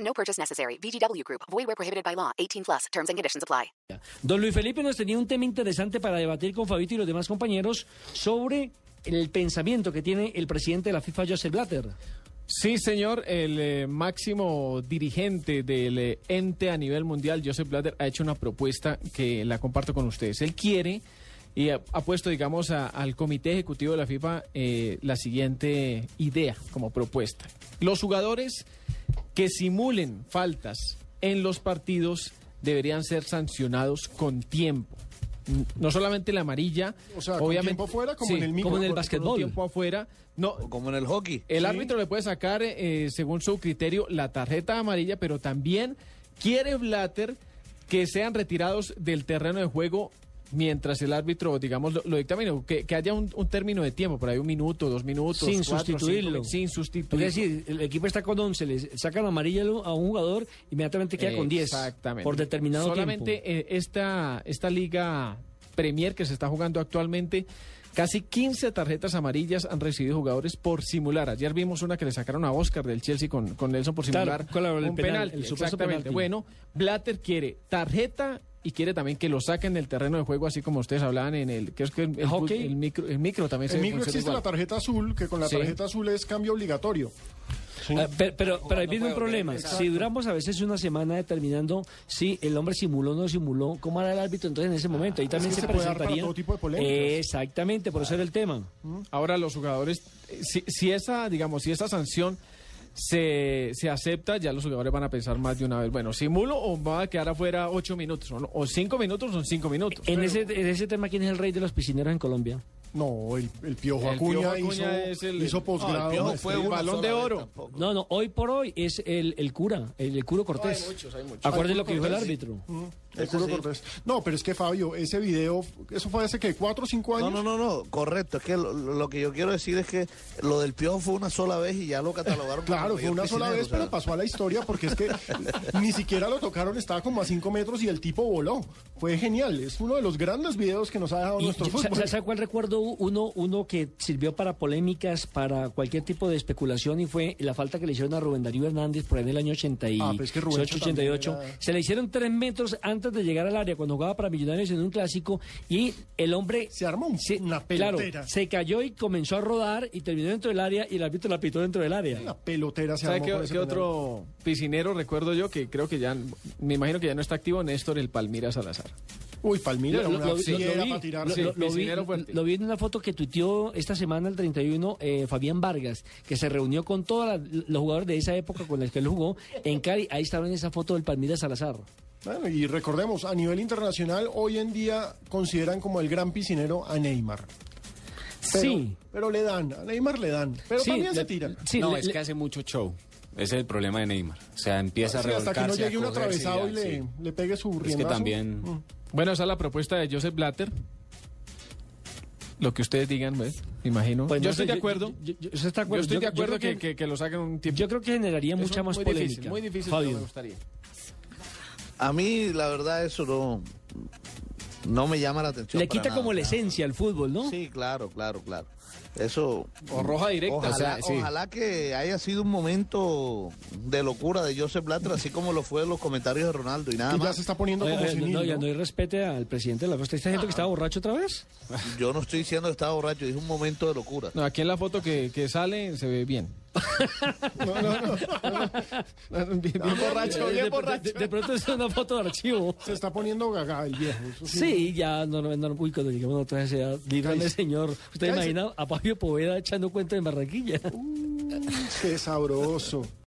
No purchase necessary. VGW Group. Void where prohibited by law. 18 plus. Terms and conditions apply. Don Luis Felipe nos tenía un tema interesante para debatir con Fabito y los demás compañeros sobre el pensamiento que tiene el presidente de la FIFA, Joseph Blatter. Sí, señor, el eh, máximo dirigente del eh, ente a nivel mundial, Joseph Blatter, ha hecho una propuesta que la comparto con ustedes. Él quiere y ha, ha puesto, digamos, a- al comité ejecutivo de la FIFA eh, la siguiente idea como propuesta. Los jugadores que simulen faltas en los partidos deberían ser sancionados con tiempo. N- No solamente la amarilla, O sea, con obviamente tiempo fuera, como en el micro. como en el con- con un basquetbol. tiempo afuera, no, Como en el hockey. el árbitro le puede sacar, eh, según su criterio, la tarjeta amarilla, pero también quiere Blatter que sean retirados del terreno de juego mientras el árbitro, digamos, lo, lo dictamine, que, que haya un, un término de tiempo, por ahí un minuto, dos minutos, Sin cuatro, cinco, sustituirlo. sin Porque sustituirlo. es decir, el equipo está con 11, le sacan amarilla a un jugador, inmediatamente queda con 10. Exactamente. Por determinado Solamente, tiempo. eh, esta, esta liga Premier que se está jugando actualmente, casi 15 tarjetas amarillas han recibido jugadores por simular. Ayer vimos una que le sacaron a Oscar del Chelsea con, con Nelson por Claro, simular claro, el un penal, penalti. el supuesto Exactamente. penalti. Bueno, Blatter quiere tarjeta y quiere también que lo saquen del terreno de juego, así como ustedes hablaban en el... Que es que el, el Hockey. fut- el micro, el micro también se En micro funciona existe igual. la tarjeta azul, que con la Sí. tarjeta azul es cambio obligatorio. Ah, Pero, pero, pero ahí viene un problema. exacto. Si duramos a veces una semana determinando si el hombre simuló o no simuló, ¿cómo hará el árbitro entonces en ese momento? Ahí también que se, se puede dar para presentaría. todo tipo de polémicas. Exactamente, por eso era el tema. Ahora los jugadores, eh, si, si esa, digamos, si esa sanción se, se acepta, ya los jugadores van a pensar más de una vez, bueno, simulo o va a quedar afuera ocho minutos, o no, o cinco minutos, son cinco minutos. En ese, en ese tema, ¿quién es el rey de los piscineros en Colombia? No, el, el Piojo El Acuña, Piojo Acuña hizo, es el- hizo No, posgrado. el Piojo maestría. fue el una balón de sola vez oro. tampoco. No, no, hoy por hoy es el, el cura, el, el curo Cortés. hay muchos, hay muchos. Acuérdense Hay lo que dijo el Cortés, sí. árbitro. Mm, el Culo Cortés. No, pero es que Fabio, ese video, eso fue hace que cuatro o cinco No, años. no, no, no, correcto. Es que lo, lo que yo quiero decir es que lo del piojo fue una sola vez y ya lo catalogaron. como Claro, fue mayor una sola piscinero, vez, o sea. pero pasó a la historia porque es que ni siquiera lo tocaron, estaba como a cinco metros y el tipo voló. Fue genial, es uno de los grandes videos que nos ha dejado Y nuestro yo- sa- fútbol. sa- ¿Sabe cuál recuerdo uno, uno que sirvió para polémicas, para cualquier tipo de especulación y fue la falta que le hicieron a Rubén Darío Hernández por ahí en el año 88, Ah, pues que Rubencho 88? también era- Se le hicieron tres metros antes de llegar al área cuando jugaba para Millonarios en un clásico y el hombre... Se armó un- una claro, pelotera. se cayó y comenzó a rodar y terminó dentro del área y el árbitro la pitó dentro del área. La pelotera se ¿Sabe armó qué, con ese qué penal. otro piscinero recuerdo yo que creo que ya, me imagino que ya no está activo Néstor el Palmira Salazar? Uy, Palmira era una vi- fiera vi- para tirarse. lo- lo- lo vi, piscinero fuerte. lo vi en una foto que tuiteó esta semana, el 31, eh, Fabián Vargas, que se reunió con todos los jugadores de esa época con los que él jugó en Cali. Ahí estaba en esa foto del Palmira Salazar. Bueno, y recordemos, a nivel internacional, hoy en día consideran como el gran piscinero a Neymar. Pero- sí. Pero le dan, a Neymar le dan. Pero Sí, también se le- tiran. sí, no, le- es le- que hace mucho show. Ese es el problema de Neymar. O sea, empieza Ah, a Sí, revolcarse. hasta que no a llegue un cogerse y atravesado ya, y le, sí. le pegue su Es que riendazo. también... Mm. Bueno, esa es la propuesta de Joseph Blatter. Lo que ustedes digan, pues, me imagino. pues no yo sé, estoy de acuerdo. Yo, yo- yo- está Yo estoy de yo- yo acuerdo creo que, que- que lo saquen un tiempo. Yo creo que generaría Es mucha un- más muy polémica. Difícil, muy difícil, pero Fabio. me gustaría. A mí, la verdad, eso no, no me llama la atención. Le para quita nada, como la nada. esencia al fútbol, ¿no? Sí, claro, claro, claro. Eso. O roja directa, Ojalá, o sea, sí. ojalá que haya sido un momento de locura de Joseph Blatter, así como lo fue los comentarios de Ronaldo y nada Que ya más. se está poniendo Oye, como oye, no, senil, no, ¿no? ya no hay respete al presidente de la Costa. ¿Esta gente que estaba borracho otra vez? Yo no estoy diciendo que estaba borracho, dije un momento de locura. No, aquí en la foto que, que sale se ve bien. No, no, no. bien, bien borracho, Eh, De- de- bien de- borracho. de pronto es una foto de archivo. Se está poniendo gaga el viejo. eso sí. Sí, ya, no, no, no, uy, cuando lleguemos nosotros a esa edad, líbrame, Cállese. señor. ¿Usted Cállese. imagina a Fabio Poveda echando cuenta en Barranquilla? Qué sabroso.